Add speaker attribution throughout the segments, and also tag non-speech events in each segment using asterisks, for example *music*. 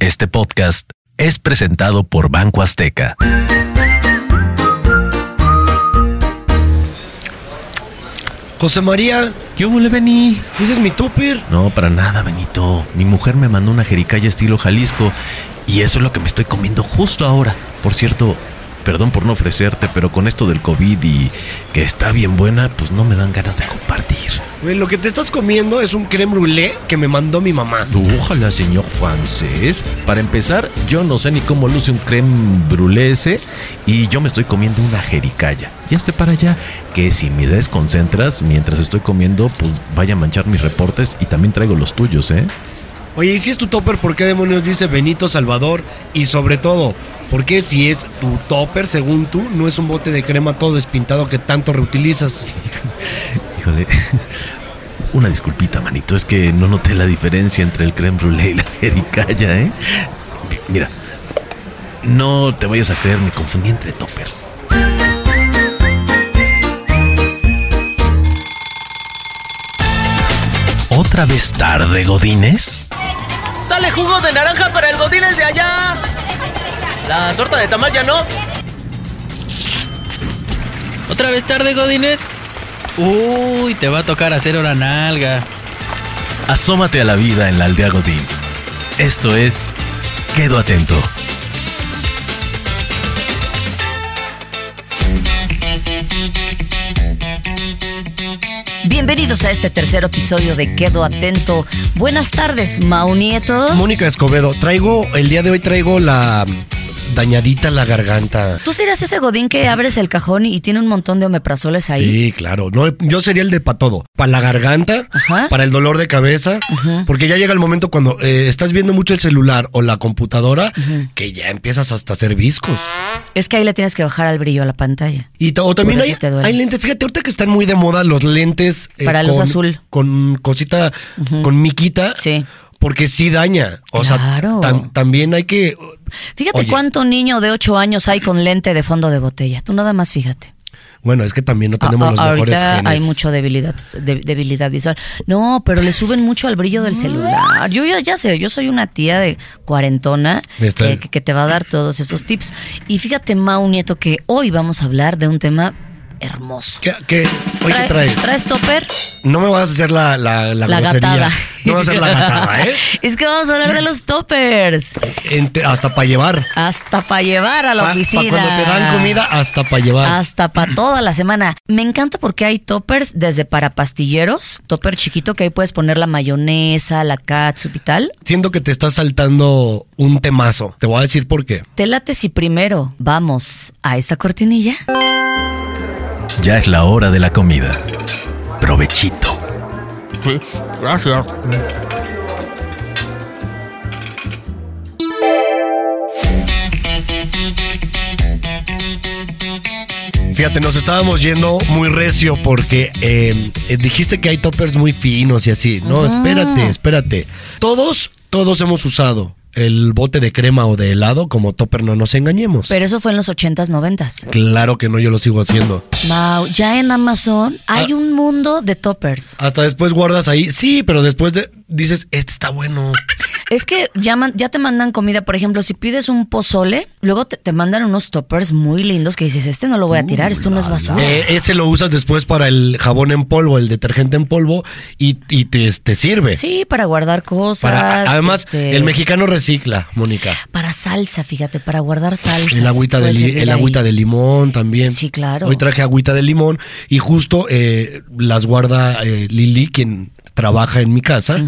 Speaker 1: Este podcast es presentado por Banco Azteca.
Speaker 2: José María,
Speaker 1: ¿Qué hubo, Beni?
Speaker 2: ¿ese es mi tupir?
Speaker 1: No, para nada, Benito. Mi mujer me mandó una jericaya estilo Jalisco y eso es lo que me estoy comiendo justo ahora. Por cierto, perdón por no ofrecerte, pero con esto del COVID y que está bien buena, pues no me dan ganas de compartir.
Speaker 2: Güey, Lo que te estás comiendo es un creme brûlée que me mandó mi mamá.
Speaker 1: Ojalá, señor francés. Para empezar, yo no sé ni cómo luce un creme brûlée ese, y yo me estoy comiendo una jericaya. Y hasta para allá, que si me desconcentras mientras estoy comiendo, pues vaya a manchar mis reportes y también traigo los tuyos, ¿eh?
Speaker 2: Oye, y si es tu topper, ¿por qué demonios dice Benito Salvador? Y sobre todo, ¿por qué si es tu topper, según tú, no es un bote de crema todo despintado que tanto reutilizas?
Speaker 1: Híjole. *laughs* Una disculpita, manito, es que no noté la diferencia entre el creme brulee y la jericaya, ¿eh? Mi- Mira, no te vayas a creer, me confundí entre toppers. ¿Otra vez tarde, Godines?
Speaker 3: Sale jugo de naranja para el Godínez de allá. La torta de tamal ya no.
Speaker 4: ¿Otra vez tarde, Godines? Uy, te va a tocar hacer hora nalga.
Speaker 1: Asómate a la vida en la aldea Godín. Esto es Quedo Atento.
Speaker 5: Bienvenidos a este tercer episodio de Quedo Atento. Buenas tardes, Mau Nieto.
Speaker 2: Mónica Escobedo, traigo, el día de hoy traigo la mm, dañadita la garganta.
Speaker 5: ¿Tú serías ese godín que abres el cajón y tiene un montón de omeprazoles ahí?
Speaker 2: Sí, claro. No, yo sería el de para todo. Para la garganta,
Speaker 5: Ajá.
Speaker 2: para el dolor de cabeza, porque ya llega el momento cuando eh, estás viendo mucho el celular o la computadora, que ya empiezas hasta a hacer viscos.
Speaker 5: Es que ahí le tienes que bajar al brillo a la pantalla.
Speaker 2: Y ta- o también
Speaker 5: Por eso
Speaker 2: hay,
Speaker 5: te duele.
Speaker 2: hay lentes, fíjate, ahorita que están muy de moda los lentes eh,
Speaker 5: Para luz
Speaker 2: con,
Speaker 5: azul.
Speaker 2: con cosita, con miquita,
Speaker 5: Sí.
Speaker 2: porque sí daña. O
Speaker 5: Claro.
Speaker 2: sea, tam- también hay que...
Speaker 5: Fíjate
Speaker 2: Oye.
Speaker 5: cuánto niño de 8 años hay con lente de fondo de botella. Tú nada más fíjate.
Speaker 2: Bueno, es que también no tenemos
Speaker 5: A- a-
Speaker 2: los mejores
Speaker 5: Ah, ahorita
Speaker 2: genes.
Speaker 5: hay mucho debilidad, de- debilidad visual. No, pero le suben mucho al brillo del celular. Yo ya, ya sé, yo soy una tía de cuarentona
Speaker 2: Me está-
Speaker 5: que, que- que te va a dar todos esos tips. Y fíjate, Mau Nieto, que hoy vamos a hablar de un tema hermoso.
Speaker 2: ¿Qué, qué? Oye, ¿qué traes?
Speaker 5: ¿Traes topper?
Speaker 2: No me vas a hacer la, la, la,
Speaker 5: La
Speaker 2: grosería.
Speaker 5: gatada.
Speaker 2: No me vas a hacer la gatada, ¿eh?
Speaker 5: *laughs* Es que vamos a hablar de los toppers.
Speaker 2: Ente- hasta para llevar.
Speaker 5: Hasta para llevar a la
Speaker 2: Pa- pa'
Speaker 5: oficina.
Speaker 2: cuando te dan comida, hasta para llevar.
Speaker 5: Hasta para toda la semana. Me encanta porque hay toppers desde para pastilleros, topper chiquito que ahí puedes poner la mayonesa, la catsup y tal.
Speaker 2: Siento que te estás saltando un temazo. Te voy a decir por qué.
Speaker 5: Te late si primero vamos a esta cortinilla.
Speaker 1: Ya es la hora de la comida. Provechito.
Speaker 2: Fíjate, nos estábamos yendo muy recio porque eh, eh, dijiste que hay toppers muy finos y así. No, espérate, espérate. Todos, todos hemos usado el bote de crema o de helado como topper, no nos engañemos.
Speaker 5: Pero eso fue en los 80s, 90s.
Speaker 2: claro que no, yo lo sigo haciendo.
Speaker 5: Mau, ya en Amazon hay
Speaker 2: Ah.
Speaker 5: un mundo de toppers.
Speaker 2: Hasta después guardas ahí, sí, pero después de- dices, este está bueno.
Speaker 5: Es que ya, man- ya te mandan comida, por ejemplo, si pides un pozole, luego te, te mandan unos toppers muy lindos que dices, este no lo voy a tirar, esto no es basura.
Speaker 2: Eh, ese lo usas después para el jabón en polvo, el detergente en polvo y, y te, te sirve.
Speaker 5: Sí, para guardar cosas.
Speaker 2: Para, además,
Speaker 5: este,
Speaker 2: el mexicano recicla, Mónica.
Speaker 5: Para salsa, fíjate, para guardar salsa.
Speaker 2: El agüita, de, li- el agüita de limón también.
Speaker 5: Sí, claro.
Speaker 2: Hoy traje agüita de limón y justo eh, las guarda eh, Lili, quien trabaja en mi casa,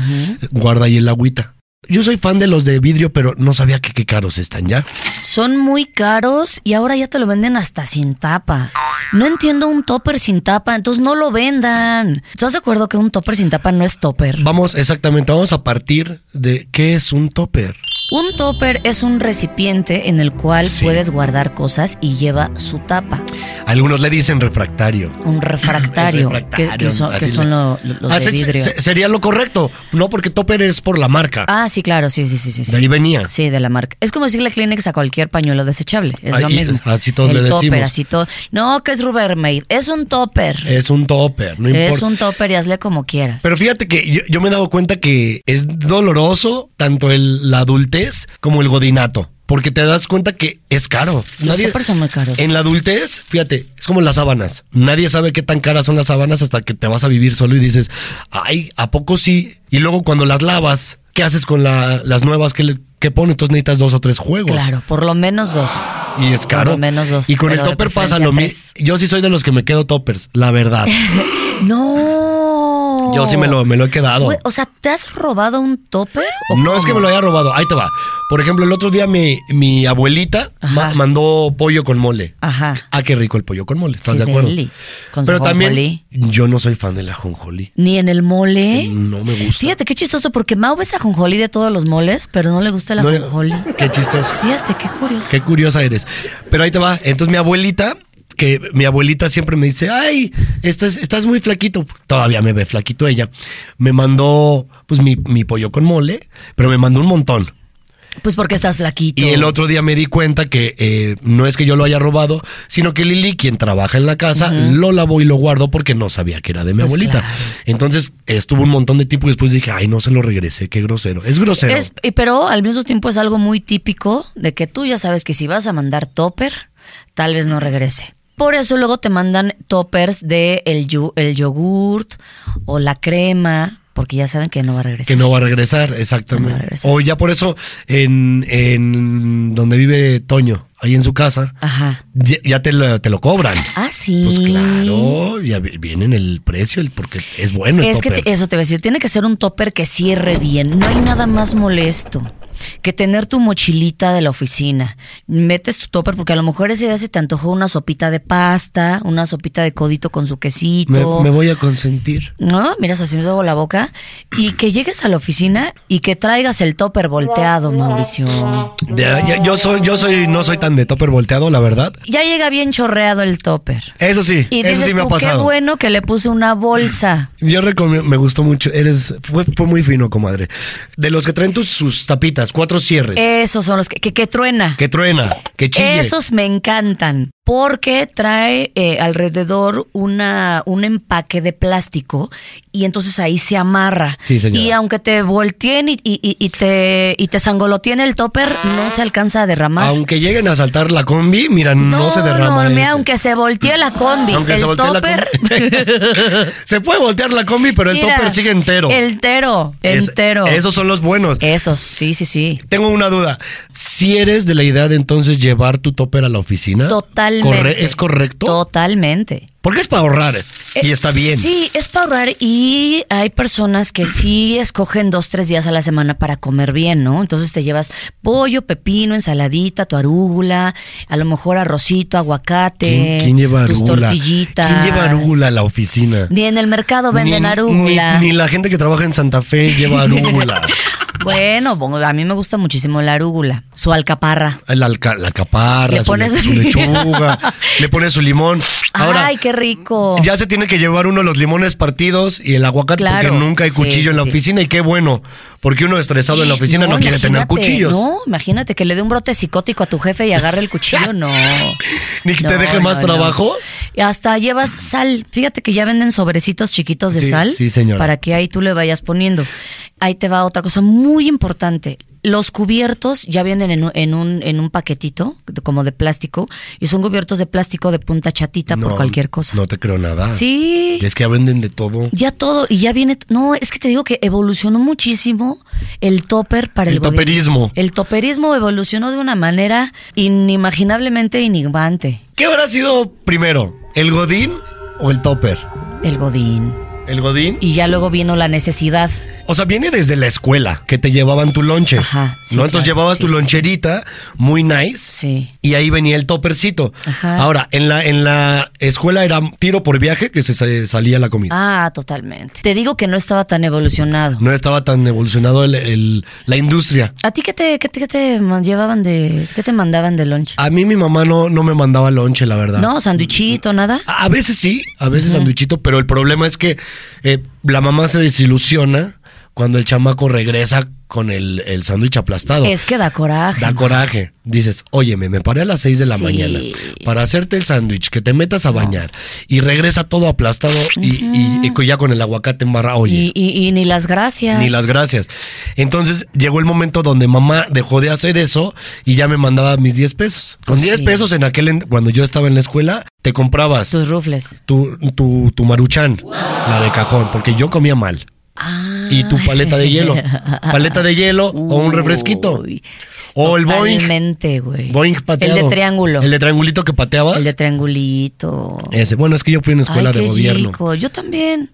Speaker 2: guarda ahí el agüita. Yo soy fan de los de vidrio, pero no sabía que qué caros están ya.
Speaker 5: Son muy caros y ahora ya te lo venden hasta sin tapa. No entiendo un topper sin tapa, entonces no lo vendan. ¿Estás de acuerdo que un topper sin tapa no es topper?
Speaker 2: Vamos, exactamente, vamos a partir de qué es un topper.
Speaker 5: Un topper es un recipiente en el cual
Speaker 2: Sí.
Speaker 5: puedes guardar cosas y lleva su tapa.
Speaker 2: Algunos le dicen refractario. *clears throat*
Speaker 5: Un refractario,
Speaker 2: El refractario,
Speaker 5: que, que son,
Speaker 2: así
Speaker 5: que
Speaker 2: le-
Speaker 5: son lo- lo- los
Speaker 2: Ah,
Speaker 5: de
Speaker 2: se- se-
Speaker 5: vidrio.
Speaker 2: se- sería lo correcto, no porque topper es por la marca.
Speaker 5: Ah, sí, claro, sí, sí, sí, sí. sí.
Speaker 2: de ahí venía.
Speaker 5: Sí, de la marca. Es como decirle Kleenex a cualquier pañuelo desechable. Es
Speaker 2: Ah,
Speaker 5: lo
Speaker 2: y-
Speaker 5: mismo.
Speaker 2: así todos
Speaker 5: El
Speaker 2: le decimos.
Speaker 5: topper, así todo. No, que es Rubbermaid. Es un topper.
Speaker 2: Es un topper, Eh, no importa.
Speaker 5: es un topper y hazle como quieras.
Speaker 2: Pero fíjate que yo, yo me he dado cuenta que es doloroso tanto el, la adultez adultez como el godinato. Porque te das cuenta que es caro.
Speaker 5: Los toppers son muy caros.
Speaker 2: En la adultez, fíjate, es como las sábanas. Nadie sabe qué tan caras son las sábanas hasta que te vas a vivir solo y dices, ay, ¿a poco sí? Y luego cuando las lavas, ¿qué haces con la- las nuevas que, le, que pones? Entonces necesitas dos o tres juegos.
Speaker 5: Claro, por lo menos dos.
Speaker 2: Y es
Speaker 5: Por
Speaker 2: caro.
Speaker 5: lo menos dos.
Speaker 2: Y con el
Speaker 5: pero de
Speaker 2: topper pasa
Speaker 5: preferencia
Speaker 2: lo mismo.
Speaker 5: tres.
Speaker 2: Yo sí soy de los que me quedo toppers, la
Speaker 5: *laughs*
Speaker 2: verdad.
Speaker 5: No.
Speaker 2: Yo sí me lo, me lo he quedado.
Speaker 5: Güey, O sea, ¿te has robado un topper? ¿O
Speaker 2: No es que me lo haya robado, ahí te va. Por ejemplo, el otro día mi, mi abuelita
Speaker 5: Ajá.
Speaker 2: ma- mandó pollo con mole.
Speaker 5: Ajá.
Speaker 2: Ah, qué rico el pollo con mole, ¿estás
Speaker 5: Sí,
Speaker 2: de acuerdo?
Speaker 5: deli. Con su
Speaker 2: Pero también
Speaker 5: ajonjolí.
Speaker 2: yo no soy fan de la jonjolí.
Speaker 5: Ni en el mole.
Speaker 2: No me gusta.
Speaker 5: Fíjate qué chistoso, porque Mau ves a Jonjolí de todos los moles, pero no le gusta la
Speaker 2: No le-
Speaker 5: Jonjolí.
Speaker 2: Qué chistoso.
Speaker 5: Fíjate qué curioso.
Speaker 2: Qué curiosa eres. Pero ahí te va. Entonces mi abuelita, que mi abuelita siempre me dice, ay, estás, estás muy flaquito. Todavía me ve flaquito ella. Me mandó pues mi, mi pollo con mole, pero me mandó un montón.
Speaker 5: Pues porque estás flaquito.
Speaker 2: Y el otro día me di cuenta que eh, no es que yo lo haya robado, sino que Lili, quien trabaja en la casa, lo lavó y lo guardó porque no sabía que era de mi
Speaker 5: Pues
Speaker 2: abuelita.
Speaker 5: claro.
Speaker 2: Entonces estuvo un montón de tiempo y después dije, ay, no se lo regresé, qué grosero. Es grosero.
Speaker 5: Es- y- pero al mismo tiempo es algo muy típico de que tú ya sabes que si vas a mandar topper, tal vez no regrese. Por eso luego te mandan toppers de el, yu- el yogurt o la crema, porque ya saben que no va a regresar.
Speaker 2: Que no va a regresar, exactamente.
Speaker 5: No va a regresar.
Speaker 2: O ya por eso, en, en donde vive Toño, ahí en su casa,
Speaker 5: Ajá.
Speaker 2: ya, ya te, lo, te lo cobran.
Speaker 5: Ah, sí.
Speaker 2: Pues claro, ya vi- viene en el precio, el- porque es bueno. El
Speaker 5: Es que
Speaker 2: topper.
Speaker 5: te- eso te voy a decir, tiene que ser un topper que cierre bien. No hay nada más molesto que tener tu mochilita de la oficina. Metes tu topper porque a lo mejor ese día se te antojó una sopita de pasta, una sopita de codito con su
Speaker 2: me,
Speaker 5: quesito.
Speaker 2: me voy a consentir.
Speaker 5: ¿No? Miras así me hago la boca. Y que llegues a la oficina y que traigas el topper volteado, Mauricio.
Speaker 2: Ya- ya- yo soy, yo soy, no soy tan de topper volteado, la verdad.
Speaker 5: Ya llega bien chorreado el topper.
Speaker 2: Eso sí,
Speaker 5: Y
Speaker 2: eso
Speaker 5: dices
Speaker 2: sí me ha
Speaker 5: tú, qué
Speaker 2: pasado.
Speaker 5: bueno que le puse una bolsa.
Speaker 2: Yo recomiendo, me gustó mucho. Eres, fue, fue muy fino, comadre. De los que traen tus, sus tapitas, cuatro cierres,
Speaker 5: Esos son los que, que, que truena.
Speaker 2: Pues. que truena, que chille.
Speaker 5: Eh, Esos me encantan porque trae eh, alrededor una, un empaque de plástico y entonces ahí se amarra.
Speaker 2: Sí, señora.
Speaker 5: Y aunque te volteen y, y- y- y te, y te sangoloteen el topper, no se alcanza a derramar.
Speaker 2: Aunque lleguen a saltar la combi, mira, no, se derrama.
Speaker 5: no, mira,
Speaker 2: ese.
Speaker 5: aunque se voltee la combi,
Speaker 2: Aunque
Speaker 5: el
Speaker 2: se voltee la
Speaker 5: topper.
Speaker 2: combi. *laughs* se puede voltear la combi, pero el
Speaker 5: *laughs* mira,
Speaker 2: topper sigue entero.
Speaker 5: Entero,
Speaker 2: Es-
Speaker 5: entero. Eh.
Speaker 2: esos son los buenos.
Speaker 5: Esos, sí, sí, sí.
Speaker 2: Tengo una duda. Si eres de la idea de entonces llevar tu topper a la oficina. ¿Eh?
Speaker 5: Totalmente.
Speaker 2: corre- ¿Es correcto?
Speaker 5: Totalmente.
Speaker 2: Porque es para ahorrar. y
Speaker 5: Eh,
Speaker 2: está bien.
Speaker 5: Sí, es para ahorrar y hay personas que sí escogen dos, tres días a la semana para comer bien, ¿no? Entonces te llevas pollo, pepino, ensaladita, tu arúgula, a lo mejor arrocito, aguacate,
Speaker 2: ¿Quién, quién lleva
Speaker 5: eh, tus
Speaker 2: arúgula?
Speaker 5: tortillitas.
Speaker 2: ¿Quién lleva arúgula a la oficina?
Speaker 5: Ni en el mercado venden
Speaker 2: Ni-
Speaker 5: arúgula.
Speaker 2: Ni, ni la gente que trabaja en Santa Fe
Speaker 5: *laughs*
Speaker 2: lleva arúgula.
Speaker 5: Bueno, bueno, a mí me gusta muchísimo la arúgula, su alcaparra.
Speaker 2: El alca- la caparra,
Speaker 5: Le
Speaker 2: su,
Speaker 5: pones-
Speaker 2: le- su
Speaker 5: *laughs*
Speaker 2: lechuga, le pone su limón. Ahora,
Speaker 5: Ay, qué rico.
Speaker 2: ya se tiene que llevar uno los limones partidos y el aguacate
Speaker 5: Claro,
Speaker 2: porque nunca hay
Speaker 5: sí,
Speaker 2: cuchillo en la
Speaker 5: sí. Eh,
Speaker 2: oficina y qué bueno, porque uno estresado en la oficina no, quiere tener
Speaker 5: imagínate,
Speaker 2: cuchillos.
Speaker 5: No, imagínate que le dé un brote psicótico a tu jefe y agarre el cuchillo, no.
Speaker 2: *laughs* Ni que te
Speaker 5: No,
Speaker 2: deje más
Speaker 5: no, no.
Speaker 2: trabajo.
Speaker 5: Y Hasta llevas sal. Fíjate que ya venden sobrecitos chiquitos de
Speaker 2: Sí,
Speaker 5: sal
Speaker 2: sí, señora.
Speaker 5: para que ahí tú le vayas poniendo. Ahí te va otra cosa muy importante. Los cubiertos ya vienen en un, en un, en un paquetito, de- como de plástico, y son cubiertos de plástico de punta chatita por
Speaker 2: No,
Speaker 5: cualquier cosa.
Speaker 2: No te creo nada.
Speaker 5: Sí.
Speaker 2: Es que Ah, ya venden de todo.
Speaker 5: Ya todo, y ya viene. No, es que te digo que evolucionó muchísimo el topper para el
Speaker 2: El
Speaker 5: godín.
Speaker 2: toperismo.
Speaker 5: El toperismo evolucionó de una manera inimaginablemente enigmante.
Speaker 2: ¿Qué habrá sido primero? ¿El godín o el topper?
Speaker 5: El godín.
Speaker 2: ¿El godín?
Speaker 5: Y ya luego vino la necesidad.
Speaker 2: O sea, viene desde la escuela, que te llevaban tu lonche.
Speaker 5: Ajá, sí,
Speaker 2: ¿No? Entonces
Speaker 5: claro,
Speaker 2: llevabas
Speaker 5: sí,
Speaker 2: tu
Speaker 5: sí,
Speaker 2: loncherita, muy nice.
Speaker 5: Sí.
Speaker 2: Y ahí venía el topercito.
Speaker 5: Ajá.
Speaker 2: Ahora, en la, en la escuela era tiro por viaje que se sa- salía la comida.
Speaker 5: Ah, totalmente. Te digo que no estaba tan evolucionado.
Speaker 2: No estaba tan evolucionado el- el- la industria.
Speaker 5: ¿A ti qué te, qué te, qué te man- llevaban de. ¿Qué te mandaban de lunch?
Speaker 2: A mí mi mamá no, no me mandaba lonche, la verdad.
Speaker 5: ¿No? ¿Sandwichito, nada?
Speaker 2: A a veces sí, a veces sandwichito, pero el problema es que eh, la mamá se desilusiona cuando el chamaco regresa con el, el sándwich aplastado.
Speaker 5: Es que da coraje.
Speaker 2: Da coraje. Dices, óyeme, me paré a las 6 de la
Speaker 5: Sí.
Speaker 2: mañana para hacerte el sándwich, que te metas a bañar y regresa todo aplastado y- y, y ya con el aguacate en barra, oye.
Speaker 5: y, y- y ni las gracias.
Speaker 2: Ni las gracias. Entonces llegó el momento donde mamá dejó de hacer eso y ya me mandaba mis 10 pesos. Con
Speaker 5: Pues
Speaker 2: 10
Speaker 5: sí.
Speaker 2: pesos en aquel, en- cuando yo estaba en la escuela, te comprabas
Speaker 5: Tus rufles.
Speaker 2: tu, tu, tu maruchan, la de cajón, porque yo comía mal.
Speaker 5: Ah.
Speaker 2: Y tu paleta de
Speaker 5: *laughs*
Speaker 2: hielo. Paleta de hielo o un refresquito.
Speaker 5: Uy, es
Speaker 2: O el boing.
Speaker 5: totalmente, güey.
Speaker 2: Boing pateado.
Speaker 5: El de triángulo.
Speaker 2: El de triangulito que pateabas.
Speaker 5: El de triangulito.
Speaker 2: Ese. Bueno, es que yo fui a una escuela
Speaker 5: Ay,
Speaker 2: de
Speaker 5: qué
Speaker 2: gobierno.
Speaker 5: rico. Yo también.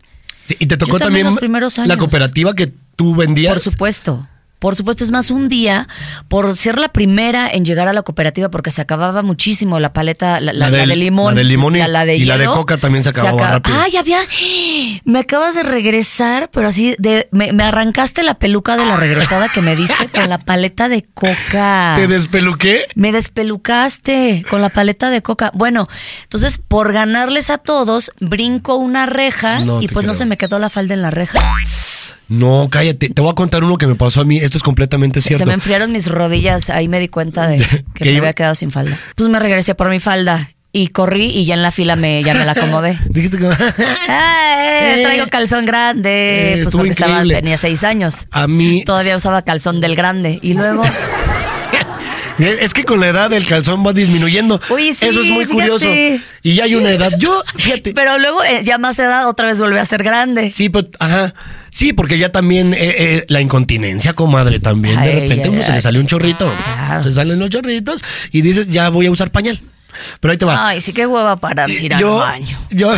Speaker 2: Sí, y te tocó
Speaker 5: Yo también
Speaker 2: también,
Speaker 5: los primeros
Speaker 2: la
Speaker 5: años.
Speaker 2: cooperativa que tú vendías.
Speaker 5: Por supuesto. Por supuesto, es más, un día, por ser la primera en llegar a la cooperativa, porque se acababa muchísimo la paleta, la,
Speaker 2: La
Speaker 5: la-
Speaker 2: del-
Speaker 5: la de limón.
Speaker 2: la de limón y- y la de
Speaker 5: hielo,
Speaker 2: coca también se acababa rápido.
Speaker 5: Ay, había. Me acabas de regresar, pero así, de, me, me arrancaste la peluca de la regresada que me diste con la paleta de coca.
Speaker 2: Te despeluqué.
Speaker 5: Me despelucaste con la paleta de coca. Bueno, entonces por ganarles a todos, brinco una reja
Speaker 2: No
Speaker 5: y
Speaker 2: te
Speaker 5: pues no
Speaker 2: creo.
Speaker 5: se me quedó la falda en la reja.
Speaker 2: No, cállate. Te voy a contar uno que me pasó a mí. Esto es completamente
Speaker 5: Se
Speaker 2: cierto.
Speaker 5: me enfriaron mis rodillas, ahí me di cuenta
Speaker 2: *laughs*
Speaker 5: de que
Speaker 2: Que
Speaker 5: me
Speaker 2: iba-
Speaker 5: había quedado sin falda. Pues me regresé por mi falda y corrí y ya en la fila me, ya me
Speaker 2: *laughs*
Speaker 5: la acomodé.
Speaker 2: Dijiste que- *laughs*
Speaker 5: ¡Ay, traigo calzón grande!
Speaker 2: Eh,
Speaker 5: pues
Speaker 2: estuvo
Speaker 5: porque estaba,
Speaker 2: increíble.
Speaker 5: tenía seis años.
Speaker 2: A mí-
Speaker 5: Todavía usaba calzón del grande. Y luego...
Speaker 2: *laughs* Eh, Es que con la edad el calzón va disminuyendo.
Speaker 5: Oye, sí,
Speaker 2: Eso es muy
Speaker 5: fíjate.
Speaker 2: curioso. Y ya hay una edad. Yo,
Speaker 5: *laughs*
Speaker 2: fíjate.
Speaker 5: Pero luego, eh, ya más edad, otra vez volví a ser grande.
Speaker 2: Sí, pero, ajá. Sí, porque ya también eh, eh, la incontinencia, comadre, también.
Speaker 5: Ay,
Speaker 2: de repente
Speaker 5: ay,
Speaker 2: uno se
Speaker 5: ay.
Speaker 2: le sale un chorrito.
Speaker 5: Claro.
Speaker 2: Se salen los chorritos y dices, ya voy a usar pañal. Pero ahí te va.
Speaker 5: Ay, sí que hueva parar, si ir al
Speaker 2: yo,
Speaker 5: baño.
Speaker 2: yo, *laughs*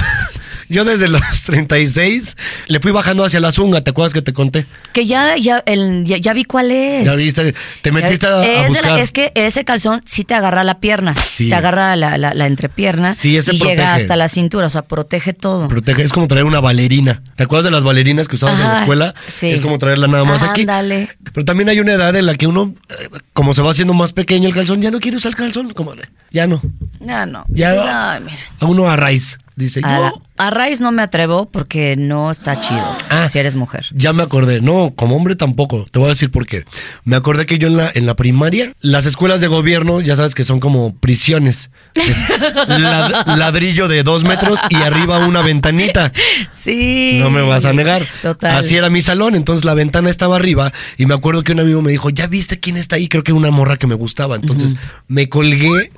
Speaker 2: yo desde los *laughs* 36 le fui bajando hacia la zunga. ¿Te acuerdas que te conté?
Speaker 5: Que ya, ya, el, ya, ya vi cuál es.
Speaker 2: Ya viste, te metiste a, a
Speaker 5: es, de la-
Speaker 2: buscar.
Speaker 5: es que ese calzón sí te agarra la pierna,
Speaker 2: Sí.
Speaker 5: te agarra la, la- la entrepierna
Speaker 2: Sí, ese
Speaker 5: y llega
Speaker 2: protege.
Speaker 5: hasta la cintura, o sea, protege todo.
Speaker 2: Protege, es como traer una bailarina. ¿Te acuerdas de las bailarinas que usabas en la
Speaker 5: Ajá,
Speaker 2: escuela?
Speaker 5: sí.
Speaker 2: Es como traerla nada más
Speaker 5: Ah,
Speaker 2: aquí.
Speaker 5: ándale.
Speaker 2: Pero también hay una edad en la que uno, eh, como se va haciendo más pequeño el calzón, ya no quiere usar calzón, comadre. Ya no.
Speaker 5: No, no.
Speaker 2: Ya
Speaker 5: Dices,
Speaker 2: va.
Speaker 5: "Ay, mira".
Speaker 2: A uno a raíz. Dice,
Speaker 5: A,
Speaker 2: yo
Speaker 5: a raíz no me atrevo porque no está chido
Speaker 2: Ah.
Speaker 5: si eres mujer.
Speaker 2: ya me acordé. No, como hombre tampoco. Te voy a decir por qué. Me acordé que yo en la, en la primaria, las escuelas de gobierno, ya sabes que son como prisiones.
Speaker 5: *laughs*
Speaker 2: Es lad- ladrillo de dos metros y arriba una ventanita.
Speaker 5: *laughs* Sí.
Speaker 2: No me vas a negar.
Speaker 5: Total.
Speaker 2: Así era mi salón, entonces la ventana estaba arriba y me acuerdo que un amigo me dijo, ¿ya viste quién está ahí? Creo que una morra que me gustaba. Entonces me colgué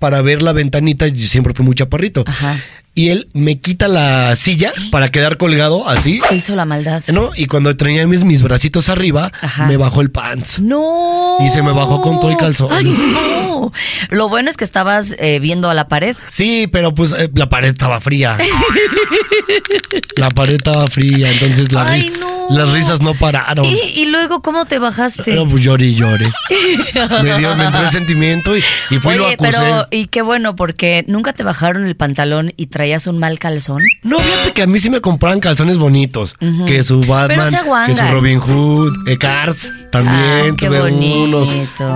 Speaker 2: para ver la ventanita, yo siempre fui muy chaparrito.
Speaker 5: Ajá.
Speaker 2: Y él me quita la silla para quedar colgado así,
Speaker 5: Te hizo la maldad.
Speaker 2: ¿no? Y cuando tenía mis, mis bracitos arriba,
Speaker 5: Ajá.
Speaker 2: me bajó el pants.
Speaker 5: No.
Speaker 2: Y se me bajó con todo el calzón.
Speaker 5: Ay, no. Lo bueno es que estabas eh, viendo a la pared.
Speaker 2: Sí, pero pues eh, la pared estaba
Speaker 5: *laughs*
Speaker 2: fría. la pared estaba fría, entonces la
Speaker 5: Ay,
Speaker 2: ri-
Speaker 5: no.
Speaker 2: las risas no pararon.
Speaker 5: Y, y luego, ¿cómo te bajaste?
Speaker 2: No, pues lloré y
Speaker 5: *laughs*
Speaker 2: lloré. me, dio, me entró el sentimiento y, y fui y lo
Speaker 5: Oye,
Speaker 2: acusé.
Speaker 5: pero y qué bueno, porque nunca te bajaron el pantalón y traías un mal calzón.
Speaker 2: No, fíjate que a mí sí me compraban calzones bonitos. Que su Batman,
Speaker 5: se aguangan.
Speaker 2: que su Robin Hood, eh, Cars, también
Speaker 5: Ah, qué
Speaker 2: tuve
Speaker 5: bonito.
Speaker 2: unos.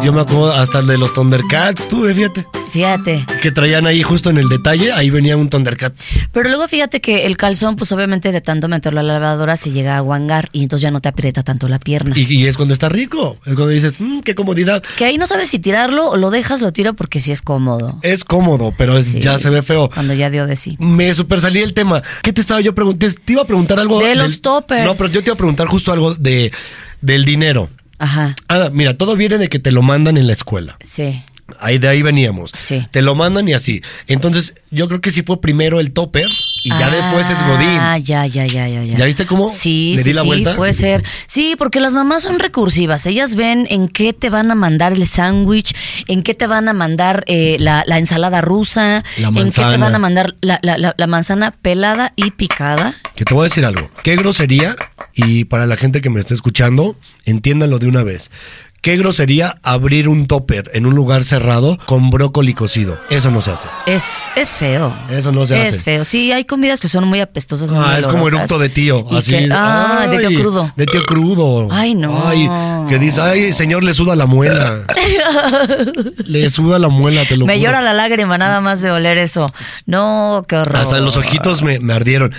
Speaker 2: Yo me acuerdo hasta el de los Thundercats tuve, fíjate.
Speaker 5: Fíjate.
Speaker 2: Que traían ahí justo en el detalle, ahí venía un Thundercat.
Speaker 5: Pero luego fíjate que el calzón, pues obviamente de tanto meterlo a la lavadora se llega a guangar y entonces ya no te aprieta tanto la pierna.
Speaker 2: Y, y es cuando está rico, es cuando dices, "Mm, qué comodidad.
Speaker 5: Que ahí no sabes si tirarlo o lo dejas, lo tiro porque sí es cómodo.
Speaker 2: Es cómodo, pero es-
Speaker 5: Sí.
Speaker 2: ya se ve feo.
Speaker 5: Cuando ya dio de sí.
Speaker 2: Me super salí el tema. ¿Qué te estaba yo preguntando? Te iba a preguntar algo.
Speaker 5: De los toppers.
Speaker 2: No, pero yo te iba a preguntar justo algo de, del dinero.
Speaker 5: Ajá,
Speaker 2: Ah, mira, todo viene de que te lo mandan en la escuela.
Speaker 5: sí.
Speaker 2: Ahí de ahí veníamos.
Speaker 5: Sí.
Speaker 2: Te lo mandan y así. Entonces, yo creo que sí fue primero el topper y ya
Speaker 5: Ah,
Speaker 2: después es Godín.
Speaker 5: Ah, ya, ya, ya, ya, ya.
Speaker 2: ¿Ya viste cómo
Speaker 5: Sí,
Speaker 2: le
Speaker 5: sí,
Speaker 2: di la
Speaker 5: sí,
Speaker 2: vuelta?
Speaker 5: puede ser. Sí, porque las mamás son recursivas. Ellas ven en qué te van a mandar el sándwich, en qué te van a mandar eh, la, la ensalada rusa,
Speaker 2: La
Speaker 5: en qué te
Speaker 2: manzana.
Speaker 5: van a mandar la, la- la- la manzana pelada y picada.
Speaker 2: Que te voy a decir algo. Qué grosería, y para la gente que me está escuchando, entiéndanlo de una vez. Qué grosería abrir un topper en un lugar cerrado con brócoli cocido. Eso no se hace.
Speaker 5: Es, es feo.
Speaker 2: Eso no se
Speaker 5: es
Speaker 2: hace.
Speaker 5: feo. Sí, hay comidas que son muy apestosas. muy
Speaker 2: Ah, es como
Speaker 5: olorosas.
Speaker 2: eructo de tío,
Speaker 5: Y
Speaker 2: así.
Speaker 5: que- ah, de
Speaker 2: ay,
Speaker 5: tío crudo.
Speaker 2: De tío crudo.
Speaker 5: Ay, no.
Speaker 2: Ay, que dice, ay, señor, le suda la
Speaker 5: *laughs*
Speaker 2: muela. le suda la muela, te lo
Speaker 5: Me
Speaker 2: juro.
Speaker 5: llora la lágrima nada más de oler eso. No, qué horror.
Speaker 2: Hasta los ojitos me, me ardieron.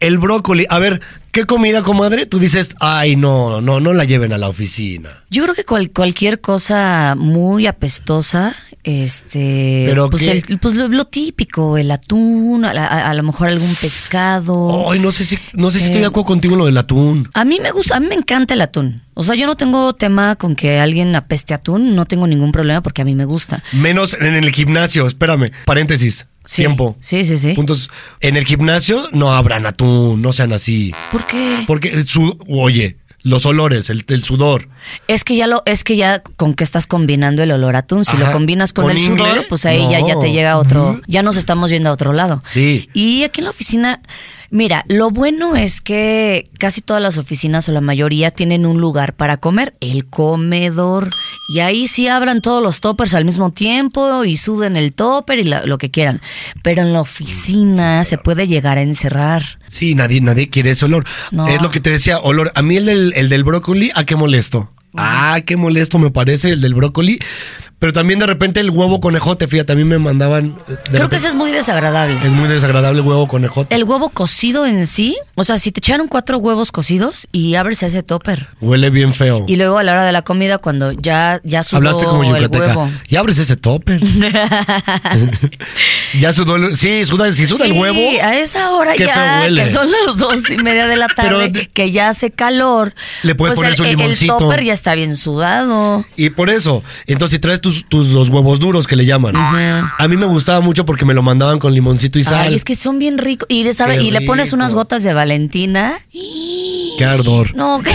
Speaker 2: El brócoli. A ver, ¿qué comida, comadre? Tú dices, ay, no, no, no la lleven a la oficina.
Speaker 5: Yo creo que cual- cualquier cosa muy apestosa, este,
Speaker 2: ¿Pero
Speaker 5: pues,
Speaker 2: qué?
Speaker 5: el- pues lo, lo típico, el atún, a, la- a- a lo mejor algún pescado.
Speaker 2: Ay, no sé si, no sé si
Speaker 5: Oh. Eh.
Speaker 2: estoy de acuerdo contigo en lo del atún.
Speaker 5: A mí me gusta, a mí me encanta el atún. O sea, yo no tengo tema con que alguien apeste atún, no tengo ningún problema porque a mí me gusta.
Speaker 2: Menos en el gimnasio, espérame. Paréntesis.
Speaker 5: Sí.
Speaker 2: Tiempo.
Speaker 5: Sí, sí, sí.
Speaker 2: Puntos. En el gimnasio no abran atún, no sean así.
Speaker 5: ¿Por qué?
Speaker 2: Porque su, oye, los olores, el, el sudor.
Speaker 5: Es que ya lo, es que ya con que estás combinando el olor a atún, si lo
Speaker 2: Ajá.
Speaker 5: combinas con,
Speaker 2: ¿Con
Speaker 5: el
Speaker 2: ingle?
Speaker 5: sudor, pues ahí ya,
Speaker 2: No. Mm.
Speaker 5: ya te llega otro, ya nos estamos yendo a otro lado.
Speaker 2: Sí.
Speaker 5: Y aquí en la oficina, mira, lo bueno es que casi todas las oficinas o la mayoría tienen un lugar para comer, el comedor. Y ahí sí abran todos los toppers al mismo tiempo y suden el topper y la- lo que quieran. Pero en la oficina se puede llegar a encerrar.
Speaker 2: Sí, nadie, nadie quiere ese olor.
Speaker 5: No.
Speaker 2: Es lo que te decía, olor. A mí el del, el del brócoli, ¿a qué molesto? Ah, qué molesto me parece el del brócoli. Pero también de repente el huevo conejote, fíjate, a mí me mandaban. de
Speaker 5: Creo
Speaker 2: repente-
Speaker 5: que eso es muy desagradable.
Speaker 2: es muy desagradable el huevo conejote.
Speaker 5: El huevo cocido en sí, o sea, si te echaron cuatro huevos cocidos y abres ese topper.
Speaker 2: Huele bien feo.
Speaker 5: Y luego a la hora de la comida, cuando ya, ya sudó
Speaker 2: Hablaste como
Speaker 5: el huevo.
Speaker 2: *laughs* yucateca. Y abres ese
Speaker 5: *laughs*
Speaker 2: topper. ya sudó el- Sí, suda, si suda
Speaker 5: Sí,
Speaker 2: el huevo.
Speaker 5: a esa hora
Speaker 2: qué feo
Speaker 5: ya,
Speaker 2: huele.
Speaker 5: que son las dos y media de la
Speaker 2: *laughs*
Speaker 5: tarde,
Speaker 2: Pero de-
Speaker 5: que ya hace calor.
Speaker 2: Le puedes poner
Speaker 5: el,
Speaker 2: su
Speaker 5: el-
Speaker 2: limoncito.
Speaker 5: El topper ya está bien sudado.
Speaker 2: Y por eso, entonces si traes tus, tus los huevos duros que le llaman. A mí me gustaba mucho porque me lo mandaban con limoncito y sal.
Speaker 5: Ay, es que son bien ricos. Y, le sabe,
Speaker 2: Qué
Speaker 5: y le pones
Speaker 2: rico.
Speaker 5: unas gotas de Valentina.
Speaker 2: Qué ardor.
Speaker 5: No, *laughs* que-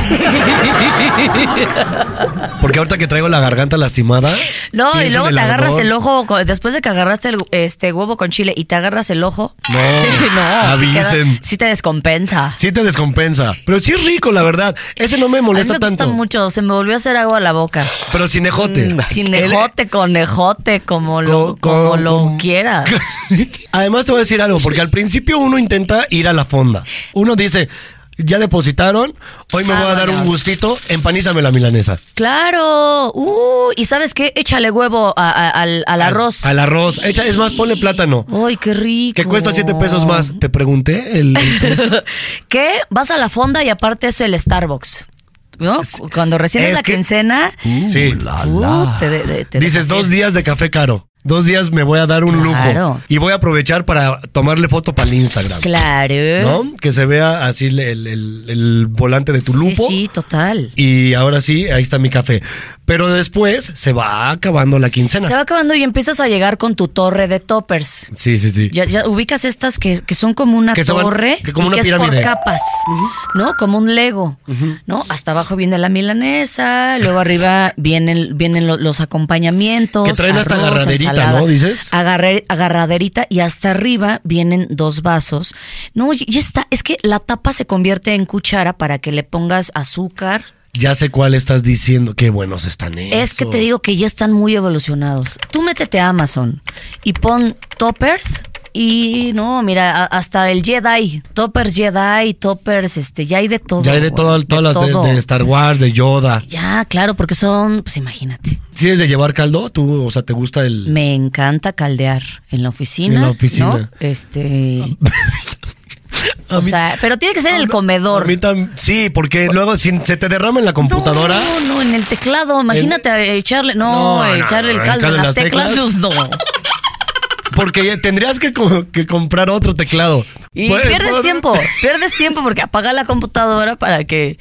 Speaker 2: Porque ahorita que traigo la garganta lastimada.
Speaker 5: no y
Speaker 2: pienso
Speaker 5: luego
Speaker 2: en
Speaker 5: te agarras
Speaker 2: ardor.
Speaker 5: el ojo. con- Después de que agarraste el, este huevo con chile y te agarras el ojo. *laughs*
Speaker 2: No,
Speaker 5: no,
Speaker 2: avisen.
Speaker 5: Si te descompensa.
Speaker 2: Sí te descompensa. Pero sí es rico, la verdad. Ese no me
Speaker 5: A mí me
Speaker 2: molesta
Speaker 5: gusta
Speaker 2: tanto.
Speaker 5: mucho. Mm, Se me volvió a hacer agua a la boca.
Speaker 2: Pero sin ejote.
Speaker 5: Sin
Speaker 2: El-
Speaker 5: ejote, conejote, como lo,
Speaker 2: Co-
Speaker 5: como
Speaker 2: co-
Speaker 5: lo
Speaker 2: como- *laughs*
Speaker 5: quieras.
Speaker 2: *laughs* Además te voy a decir algo, porque al principio uno intenta ir a la fonda. Uno dice, ya depositaron, hoy me voy a dar un
Speaker 5: Vámonos.
Speaker 2: gustito, empanízame la milanesa.
Speaker 5: Claro. Uh, y sabes qué? Échale huevo a- a- al, al arroz.
Speaker 2: Al arroz. Echa, es más, ponle plátano.
Speaker 5: Ay, qué rico.
Speaker 2: Que cuesta siete pesos más. Te pregunté el, el precio.
Speaker 5: *laughs* ¿Qué? Vas a la fonda y aparte es el Starbucks. ¿No? Cuando recién es,
Speaker 2: es
Speaker 5: la
Speaker 2: que-
Speaker 5: quincena,
Speaker 2: Sí.
Speaker 5: uh, te, de- de- te
Speaker 2: Dices dos
Speaker 5: deshaces.
Speaker 2: días de café caro. Dos días me voy a dar un
Speaker 5: Claro.
Speaker 2: lujo. Y voy a aprovechar para tomarle foto para el Instagram.
Speaker 5: Claro.
Speaker 2: ¿No? Que se vea así el, el- el- el volante de tu lupo.
Speaker 5: Sí, sí, total.
Speaker 2: Y ahora sí, ahí está mi café. Pero después se va acabando la quincena.
Speaker 5: Se va acabando y empiezas a llegar con tu torre de toppers.
Speaker 2: Sí, sí, sí.
Speaker 5: Ya, ya ubicas estas que, que son como una
Speaker 2: Que se van-
Speaker 5: torre
Speaker 2: que como
Speaker 5: y
Speaker 2: una
Speaker 5: es por
Speaker 2: pirámide.
Speaker 5: capas, ¿no? Como un Lego, ¿no? Hasta abajo viene la milanesa, luego arriba vienen, vienen lo- los acompañamientos.
Speaker 2: Que traen hasta agarraderita,
Speaker 5: ensalada,
Speaker 2: ¿no? Dices.
Speaker 5: agarre- agarraderita y hasta arriba vienen dos vasos. No, y y está, es que la tapa se convierte en cuchara para que le pongas azúcar.
Speaker 2: Ya sé cuál estás diciendo. Qué buenos están esos.
Speaker 5: Es que te digo que ya están muy evolucionados. Tú métete a Amazon y pon toppers y no, mira, a- hasta el Jedi, toppers Jedi, toppers, este, ya hay de todo.
Speaker 2: Ya hay de
Speaker 5: güey,
Speaker 2: todo, todas las de-
Speaker 5: todo.
Speaker 2: de Star Wars, de Yoda.
Speaker 5: Ya, claro, porque son, pues imagínate.
Speaker 2: Si eres de llevar caldo, tú, o sea, te gusta el.
Speaker 5: Me encanta caldear en la oficina.
Speaker 2: En la oficina.
Speaker 5: ¿no? Este,
Speaker 2: *laughs* A
Speaker 5: o
Speaker 2: mí-
Speaker 5: sea, pero tiene que ser en el comedor.
Speaker 2: a mí tam- sí, porque luego si se te derrama en la computadora.
Speaker 5: No, no, en el teclado. Imagínate echarle, no,
Speaker 2: No, no,
Speaker 5: echarle el
Speaker 2: no,
Speaker 5: caldo en las teclas,
Speaker 2: teclas.
Speaker 5: no.
Speaker 2: Porque ya tendrías que, co- que comprar otro teclado.
Speaker 5: Y
Speaker 2: Pues,
Speaker 5: pierdes
Speaker 2: pues, *laughs*
Speaker 5: tiempo, pierdes tiempo porque apaga la computadora para que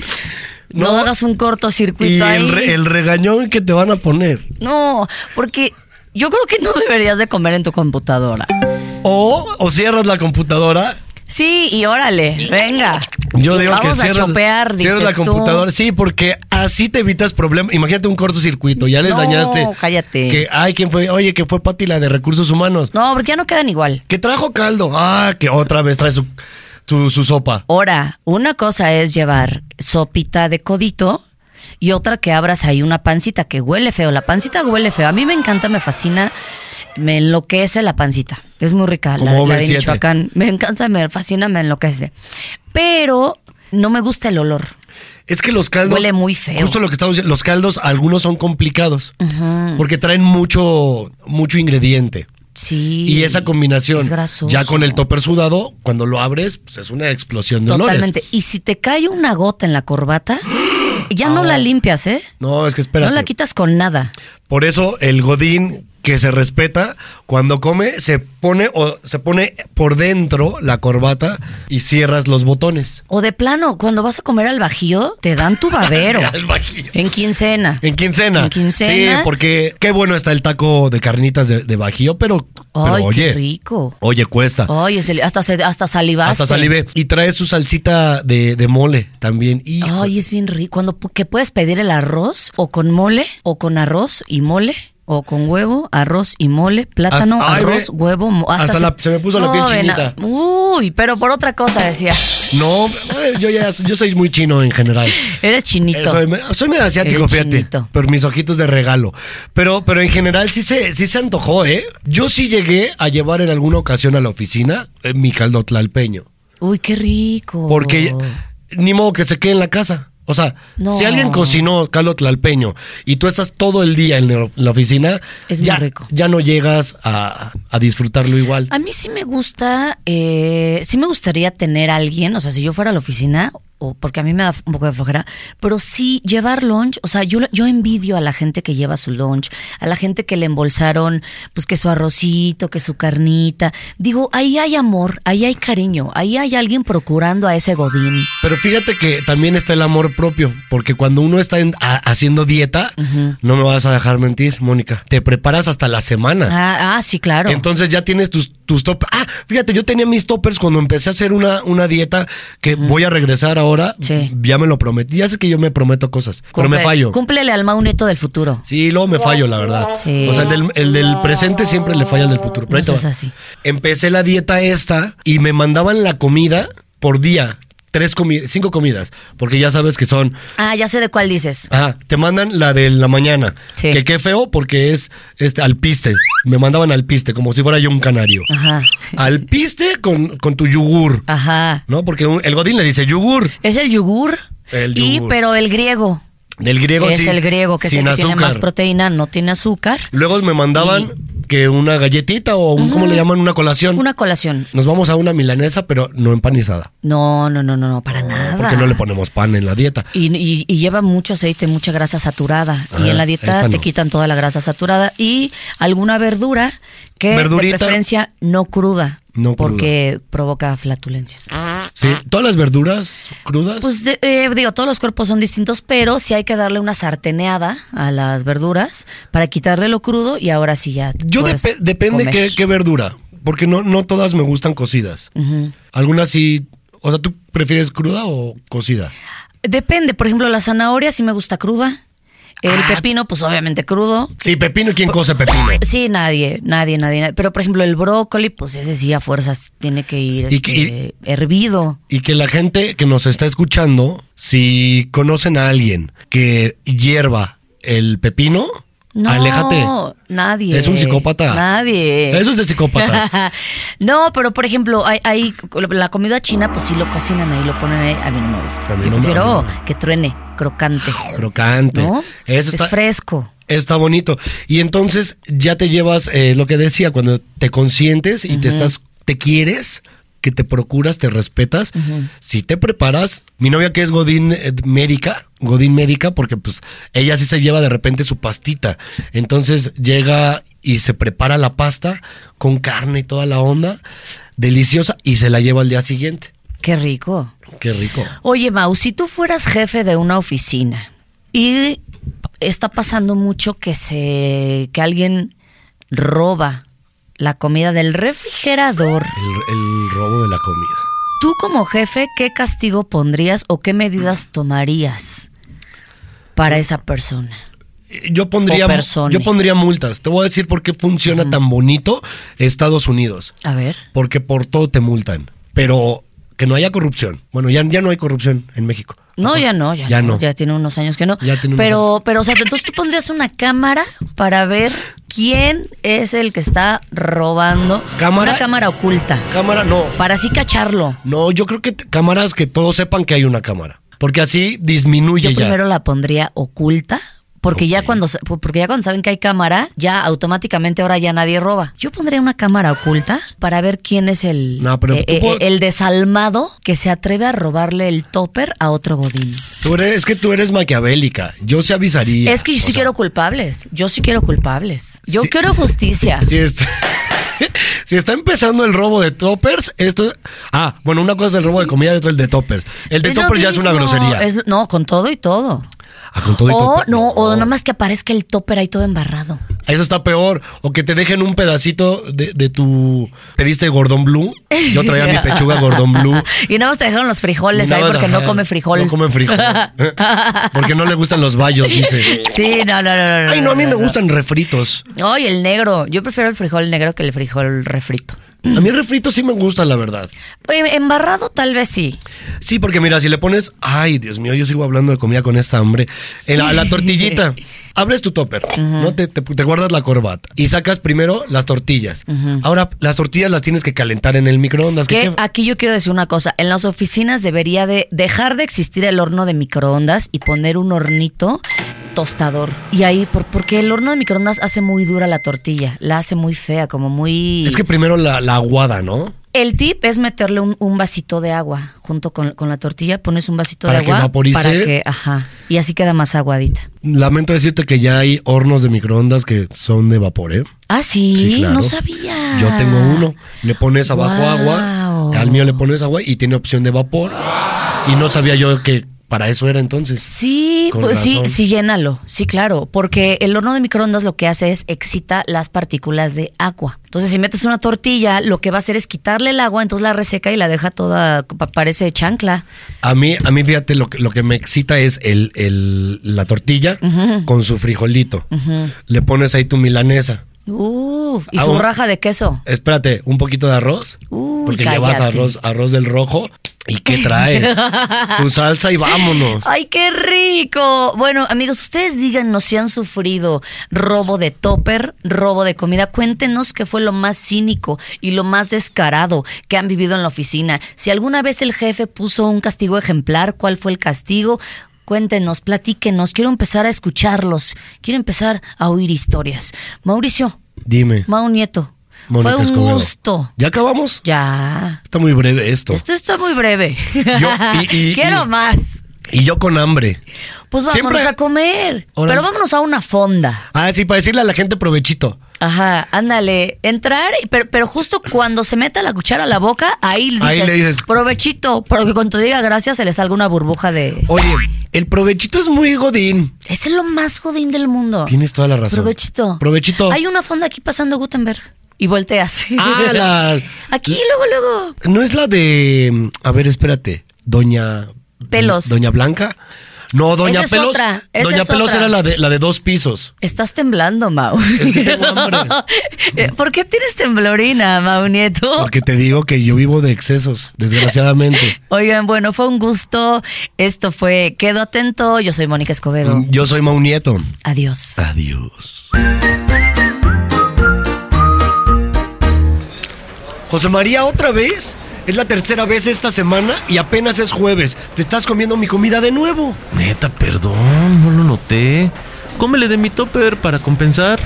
Speaker 5: no,
Speaker 2: No,
Speaker 5: hagas un
Speaker 2: Y
Speaker 5: cortocircuito ahí.
Speaker 2: el, re- el regañón que te van a poner.
Speaker 5: No, porque yo creo que no deberías de comer en tu computadora.
Speaker 2: O, o cierras la computadora.
Speaker 5: Sí, y órale, venga.
Speaker 2: Yo digo
Speaker 5: Vamos
Speaker 2: que
Speaker 5: a
Speaker 2: cierras,
Speaker 5: chopear, dices
Speaker 2: cierras la
Speaker 5: tú.
Speaker 2: computadora. Sí, porque así te evitas problemas. Imagínate un cortocircuito, ya les
Speaker 5: No,
Speaker 2: dañaste.
Speaker 5: cállate.
Speaker 2: Que, ay, ¿quién fue? Oye, que fue Pati la de recursos humanos.
Speaker 5: No, porque ya no quedan igual.
Speaker 2: Que trajo caldo. Ah, que otra vez trae su, su, su sopa.
Speaker 5: Ahora, una cosa es llevar sopita de codito y otra que abras ahí una pancita que huele feo. La pancita huele feo. A mí me encanta, me fascina, me enloquece la pancita. Es muy rica, la,
Speaker 2: Como
Speaker 5: la de
Speaker 2: OV7.
Speaker 5: Michoacán. Me encanta, me fascina, me enloquece. Pero no me gusta el olor.
Speaker 2: Es que los caldos.
Speaker 5: Huele muy feo.
Speaker 2: Justo lo que estamos diciendo. Los caldos, algunos son complicados. Porque traen mucho, mucho ingrediente.
Speaker 5: Sí.
Speaker 2: Y esa combinación,
Speaker 5: Es grasoso.
Speaker 2: ya con el topper sudado, cuando lo abres, pues es una explosión de
Speaker 5: Totalmente.
Speaker 2: olores.
Speaker 5: Y si te cae una gota en
Speaker 2: *gasps*
Speaker 5: la corbata, ya no la limpias, ¿eh?
Speaker 2: No, es que Ah. espérate.
Speaker 5: No la quitas con nada.
Speaker 2: Por eso el godín que se respeta cuando come se pone o se pone por dentro la corbata y cierras los botones.
Speaker 5: O de plano, cuando vas a comer al bajío, te dan tu babero.
Speaker 2: *laughs* Al bajío.
Speaker 5: en quincena.
Speaker 2: En quincena.
Speaker 5: En quincena.
Speaker 2: Sí, porque qué bueno está el taco de carnitas de, de bajío, pero, pero
Speaker 5: Ay,
Speaker 2: oye.
Speaker 5: qué rico. Oh,
Speaker 2: Oye, cuesta.
Speaker 5: Ay, es deli- hasta, se- hasta salivaste.
Speaker 2: Hasta salive. Y trae su salsita de, de mole también. Y
Speaker 5: Ay, es bien rico. Cuando pu- que puedes pedir el arroz o con mole o con arroz y mole o con huevo, arroz y mole, plátano,
Speaker 2: Hasta- ay,
Speaker 5: arroz,
Speaker 2: ve.
Speaker 5: huevo, mo-
Speaker 2: Hasta la- se me puso la piel
Speaker 5: ven,
Speaker 2: chinita.
Speaker 5: Uy, pero por otra cosa decía.
Speaker 2: no, eh, yo ya yo soy muy chino en general.
Speaker 5: Eres chinito.
Speaker 2: Eh, Soy, me- soy medio asiático,
Speaker 5: Eres
Speaker 2: fíjate.
Speaker 5: chinito.
Speaker 2: Pero mis ojitos de regalo. Pero, pero en general sí se, sí se antojó, ¿eh? Yo sí llegué a llevar en alguna ocasión a la oficina eh, mi caldo tlalpeño.
Speaker 5: Uy, qué rico.
Speaker 2: Porque ni modo que se quede en la casa. O sea,
Speaker 5: Oh. No.
Speaker 2: si alguien cocinó caldo tlalpeño y tú estás todo el día en la, la oficina,
Speaker 5: Es muy
Speaker 2: ya,
Speaker 5: rico.
Speaker 2: ya no llegas a, a disfrutarlo igual.
Speaker 5: A mí sí me gusta, eh, sí me gustaría tener a alguien, o sea, si yo fuera a la oficina, o porque a mí me da un poco de flojera, pero sí llevar lunch, o sea, yo, yo envidio a la gente que lleva su lunch, a la gente que le embolsaron, pues que su arrocito, que su carnita. Digo, ahí hay amor, ahí hay cariño, ahí hay alguien procurando a ese godín.
Speaker 2: Pero fíjate que también está el amor propio, porque cuando uno está en- a- haciendo dieta, no me vas a dejar mentir, Mónica. Te preparas hasta la semana.
Speaker 5: Ah, ah, sí, claro.
Speaker 2: Entonces ya tienes tus, tus toppers. Ah, fíjate, yo tenía mis toppers cuando empecé a hacer una, una dieta que voy a regresar ahora.
Speaker 5: Sí.
Speaker 2: Ya me lo prometí. Ya sé que yo me prometo cosas, pero me
Speaker 5: Cumple-
Speaker 2: fallo.
Speaker 5: Cúmplele al Mauneto del futuro.
Speaker 2: Sí, luego me fallo, la verdad.
Speaker 5: Sí.
Speaker 2: O sea, el del, el del presente siempre le falla al del futuro. Pero
Speaker 5: No
Speaker 2: ahí te
Speaker 5: seas
Speaker 2: va.
Speaker 5: así.
Speaker 2: Empecé la dieta esta y me mandaban la comida por día. Tres comi- cinco comidas. Porque ya sabes que son.
Speaker 5: Ah, ya sé de cuál dices.
Speaker 2: Ajá, te mandan la de la mañana.
Speaker 5: Sí.
Speaker 2: Que qué feo porque es este, al piste. Me mandaban al piste, como si fuera yo un
Speaker 5: *laughs*
Speaker 2: canario.
Speaker 5: Ajá.
Speaker 2: Al piste con, con tu yogur.
Speaker 5: Ajá.
Speaker 2: ¿No? Porque un- el godín le dice yogur.
Speaker 5: Es el yogur.
Speaker 2: El
Speaker 5: Y,
Speaker 2: yogur.
Speaker 5: pero el griego.
Speaker 2: Del griego
Speaker 5: es
Speaker 2: sí,
Speaker 5: el griego, que es el
Speaker 2: sin
Speaker 5: que tiene
Speaker 2: azúcar.
Speaker 5: más proteína, no tiene azúcar.
Speaker 2: Luego me mandaban que una galletita o un, ¿cómo le llaman? Una colación.
Speaker 5: Una colación.
Speaker 2: Nos vamos a una milanesa, pero no empanizada.
Speaker 5: No, no, no, no, no, para nada.
Speaker 2: Porque no le ponemos pan en la dieta.
Speaker 5: y, y- y lleva mucho aceite, mucha grasa saturada. y
Speaker 2: Ah,
Speaker 5: en la dieta
Speaker 2: esta
Speaker 5: te
Speaker 2: no.
Speaker 5: quitan toda la grasa saturada y alguna verdura que
Speaker 2: Verdurita.
Speaker 5: de preferencia no cruda.
Speaker 2: No cruda.
Speaker 5: porque provoca flatulencias.
Speaker 2: Sí, todas las verduras crudas.
Speaker 5: Pues de- eh, digo, todos los cuerpos son distintos, pero sí hay que darle una sarteneada a las verduras para quitarle lo crudo y ahora sí ya.
Speaker 2: Yo
Speaker 5: puedes
Speaker 2: depe- depende
Speaker 5: comer.
Speaker 2: qué, qué verdura. Porque no, no todas me gustan cocidas. Algunas sí. O sea, ¿tú prefieres cruda o cocida?
Speaker 5: Depende, por ejemplo, la zanahoria sí me gusta cruda. El
Speaker 2: Ah.
Speaker 5: pepino, pues obviamente crudo.
Speaker 2: Sí, pepino, ¿quién cose pepino?
Speaker 5: Sí, nadie, nadie, nadie, nadie. Pero, por ejemplo, el brócoli, pues ese sí a fuerzas tiene que ir
Speaker 2: Y que-
Speaker 5: este, hervido.
Speaker 2: Y que la gente que nos está escuchando, si conocen a alguien que hierva el pepino,
Speaker 5: No,
Speaker 2: aléjate.
Speaker 5: nadie.
Speaker 2: Es un psicópata.
Speaker 5: Nadie.
Speaker 2: Eso es de
Speaker 5: *laughs*
Speaker 2: psicópata.
Speaker 5: no, pero, por ejemplo, hay, hay- la comida china, pues sí lo cocinan ahí, lo ponen ahí. A mí no me gusta.
Speaker 2: A mí
Speaker 5: Yo
Speaker 2: no me-
Speaker 5: prefiero
Speaker 2: a mí
Speaker 5: que truene, crocante.
Speaker 2: Crocante.
Speaker 5: ¿No?
Speaker 2: Eso está,
Speaker 5: Es fresco.
Speaker 2: Está bonito. Y entonces ya te llevas eh, lo que decía, cuando te consientes y te estás, te quieres, que te procuras, te respetas, si te preparas. Mi novia que es Godín eh, médica, Godín médica, porque pues ella sí se lleva de repente su pastita. Entonces llega y se prepara la pasta con carne y toda la onda, deliciosa, y se la lleva al día siguiente.
Speaker 5: Qué rico.
Speaker 2: Qué rico.
Speaker 5: Oye, Mau, si tú fueras jefe de una oficina y está pasando mucho que se que alguien roba la comida del refrigerador,
Speaker 2: El, el robo de la comida.
Speaker 5: tú como jefe, ¿qué castigo pondrías o qué medidas tomarías para esa persona?
Speaker 2: Eh, yo
Speaker 5: O
Speaker 2: pondría,
Speaker 5: persone.
Speaker 2: yo pondría multas. Te voy a decir por qué funciona tan bonito Estados Unidos.
Speaker 5: A ver.
Speaker 2: Porque por todo te multan. Pero que no haya corrupción. Bueno, ya, ya no hay corrupción en México.
Speaker 5: No, ya no, ya,
Speaker 2: Ya
Speaker 5: no.
Speaker 2: no.
Speaker 5: Ya tiene unos años que no.
Speaker 2: Ya tiene unos
Speaker 5: pero,
Speaker 2: años.
Speaker 5: pero, o sea, entonces tú pondrías una cámara para ver quién es el que está robando.
Speaker 2: Cámara-
Speaker 5: Una cámara oculta.
Speaker 2: Cámara, no.
Speaker 5: Para así cacharlo.
Speaker 2: No, yo creo que t- cámaras que todos sepan que hay una cámara. Porque así disminuye
Speaker 5: Yo
Speaker 2: ya.
Speaker 5: primero la pondría oculta Porque ya
Speaker 1: Ok.
Speaker 5: cuando sa- porque ya cuando saben que hay cámara, ya automáticamente ahora ya nadie roba. Yo pondría una cámara oculta para ver quién es el
Speaker 2: No, pero
Speaker 5: eh,
Speaker 2: tú
Speaker 5: eh,
Speaker 2: pon-
Speaker 5: el desalmado que se atreve a robarle el topper a otro godín.
Speaker 2: Tú eres- es que tú eres maquiavélica. Yo se avisaría.
Speaker 5: es que yo sí
Speaker 2: O sea,
Speaker 5: quiero culpables. Yo sí quiero culpables. Yo
Speaker 2: Sí.
Speaker 5: quiero justicia.
Speaker 2: *laughs* Si está, *laughs* si está empezando el robo de toppers, esto es- Ah, bueno, una cosa es el robo de comida y otra el de toppers. El de
Speaker 5: Es lo
Speaker 2: toppers ya es una
Speaker 5: mismo.
Speaker 2: grosería.
Speaker 5: Es- no, con todo y todo.
Speaker 2: Ah, con todo y
Speaker 5: o
Speaker 2: topper.
Speaker 5: no, o nada más que aparezca el topper ahí todo embarrado.
Speaker 2: Eso está peor. O que te dejen un pedacito de, de tu. Pediste gordón blue. Yo traía
Speaker 5: *laughs*
Speaker 2: mi pechuga gordón blue.
Speaker 5: y nada más te dejaron los frijoles
Speaker 2: Nada
Speaker 5: ahí
Speaker 2: más,
Speaker 5: porque
Speaker 2: ajá,
Speaker 5: no come frijol.
Speaker 2: No come
Speaker 5: *laughs*
Speaker 2: frijol. porque no le gustan los bayos, dice.
Speaker 5: Sí, no, no, no, no.
Speaker 2: Ay, no, a mí me
Speaker 5: no.
Speaker 2: gustan refritos.
Speaker 5: Ay, el negro. Yo prefiero el frijol negro que el frijol refrito.
Speaker 2: A mí el refrito sí me gusta, la verdad.
Speaker 5: Oye, embarrado tal vez sí.
Speaker 2: Sí, porque mira, si le pones, ay, Dios mío, yo sigo hablando de comida con esta hambre. En la, la
Speaker 5: *laughs*
Speaker 2: tortillita, abres tu topper, ¿no? Te, te- te guardas la corbata y sacas primero las tortillas. Ahora, las tortillas las tienes que calentar en el microondas. que
Speaker 5: Que
Speaker 2: qué-
Speaker 5: aquí yo quiero decir una cosa. En las oficinas debería de dejar de existir el horno de microondas y poner un hornito tostador. Y ahí, por, porque el horno de microondas hace muy dura la tortilla. La hace muy fea, como muy...
Speaker 2: Es que primero la, la aguada, ¿no?
Speaker 5: El tip es meterle un, un vasito de agua junto con, con la tortilla. Pones un vasito
Speaker 2: Para
Speaker 5: de
Speaker 2: que
Speaker 5: agua
Speaker 2: vaporice.
Speaker 5: para que... Ajá. Y así queda más aguadita.
Speaker 2: Lamento decirte que ya hay hornos de microondas que son de vapor, ¿eh?
Speaker 5: Ah, sí,
Speaker 2: Sí, claro.
Speaker 5: no sabía.
Speaker 2: Yo tengo uno. Le pones abajo
Speaker 5: Guau.
Speaker 2: agua. Al mío le pones agua y tiene opción de vapor. Y no sabía yo que para eso era entonces.
Speaker 5: Sí,
Speaker 2: Con
Speaker 5: pues sí,
Speaker 2: razón.
Speaker 5: sí, llénalo. Sí, claro. Porque el horno de microondas lo que hace es excita las partículas de agua. Entonces, si metes una tortilla, lo que va a hacer es quitarle el agua, entonces la reseca y la deja toda, pa- parece chancla.
Speaker 2: A mí, a mí fíjate, lo, que- lo que me excita es el, el- la tortilla con su frijolito. Le pones ahí tu milanesa.
Speaker 5: Uf, y
Speaker 2: Ah,
Speaker 5: su
Speaker 2: un-
Speaker 5: raja de queso.
Speaker 2: Espérate, un poquito de arroz.
Speaker 5: Uy,
Speaker 2: porque llevas
Speaker 5: cállate.
Speaker 2: arroz, arroz del rojo. ¿Y qué
Speaker 5: *laughs*
Speaker 2: traes? su salsa y *laughs* vámonos.
Speaker 5: ¡Ay, qué rico! Bueno, amigos, ustedes díganos si han sufrido robo de topper, robo de comida. Cuéntenos qué fue lo más cínico y lo más descarado que han vivido en la oficina. Si alguna vez el jefe puso un castigo ejemplar, ¿cuál fue el castigo? Cuéntenos, platíquenos. Quiero empezar a escucharlos. Quiero empezar a oír historias. Mauricio,
Speaker 2: Dime,
Speaker 5: Mau Nieto,
Speaker 2: Mónica
Speaker 5: fue un
Speaker 2: Escobedo.
Speaker 5: gusto.
Speaker 2: ¿Ya acabamos?
Speaker 5: Ya.
Speaker 2: Está muy breve esto.
Speaker 5: Esto está muy breve.
Speaker 2: Yo- y- y-
Speaker 5: *laughs* Quiero
Speaker 2: y-
Speaker 5: más.
Speaker 2: Y yo con hambre.
Speaker 5: Pues vámonos
Speaker 2: Siempre-
Speaker 5: a comer.
Speaker 2: Órale.
Speaker 5: Pero vámonos a una fonda.
Speaker 2: Ah, sí, para decirle a la gente provechito.
Speaker 5: Ajá, ándale. Entrar, y- pero, pero justo cuando se meta la cuchara a la boca, ahí, dices,
Speaker 2: Ahí le dices-
Speaker 5: provechito. Porque cuando diga gracias se le salga una burbuja de.
Speaker 2: Oye, el provechito es muy godín.
Speaker 5: Ese es lo más godín del mundo.
Speaker 2: Tienes toda la razón.
Speaker 5: Oh. Provechito.
Speaker 2: Provechito.
Speaker 5: Hay una fonda aquí pasando Gutenberg. Y volteas.
Speaker 2: Ah, la-
Speaker 5: *laughs* Aquí, luego, luego.
Speaker 2: No es la de. A ver, espérate. Doña.
Speaker 5: Pelos.
Speaker 2: Doña Blanca. No, Doña
Speaker 5: Esa es
Speaker 2: Pelos.
Speaker 5: otra, esa
Speaker 2: Doña
Speaker 5: es
Speaker 2: Pelos
Speaker 5: otra.
Speaker 2: era la de, la de dos pisos.
Speaker 5: Estás temblando, Mau.
Speaker 2: Es que tengo hambre.
Speaker 5: Eh, *laughs* ¿Por qué tienes temblorina, Mau Nieto?
Speaker 2: Porque te digo que yo vivo de excesos,
Speaker 5: *laughs*
Speaker 2: desgraciadamente.
Speaker 5: Oigan, bueno, fue un gusto. Esto fue Quedo Atento. Yo soy Mónica Escobedo.
Speaker 2: yo soy Mau Nieto.
Speaker 5: Adiós.
Speaker 2: Adiós. José María, otra vez. Es la tercera vez esta semana y apenas es jueves. Te estás comiendo mi comida de nuevo.
Speaker 1: Neta, perdón, no lo noté. Cómele de mi topper para compensar.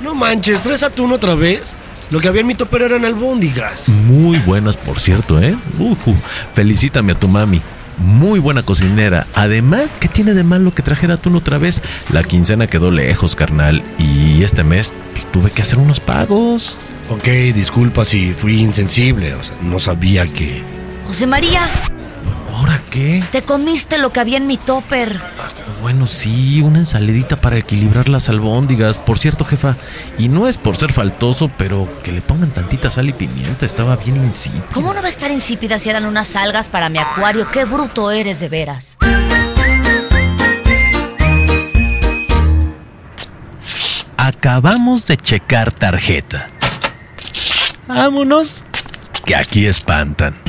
Speaker 2: No manches, tres atún otra vez. Lo que había en mi topero eran albóndigas.
Speaker 1: Muy buenas, por cierto, ¿eh? Ujú. Felicítame a tu mami. Muy buena cocinera. Además, ¿qué tiene de malo que trajera atún otra vez? La quincena quedó lejos, carnal. Y este mes pues, tuve que hacer unos pagos.
Speaker 2: Ok, disculpa si fui insensible. O sea, no sabía que.
Speaker 5: José María,
Speaker 1: ¿Ahora qué?
Speaker 5: te comiste lo que había en mi topper.
Speaker 1: Bueno, sí, una ensaladita para equilibrar las albóndigas. Por cierto, jefa, y no es por ser faltoso, pero que le pongan tantita sal y pimienta. Estaba bien insípido.
Speaker 5: ¿Cómo no va a estar insípida si eran unas algas para mi acuario? ¡Qué bruto eres de veras!
Speaker 1: Acabamos de checar tarjeta. Vámonos, que aquí espantan.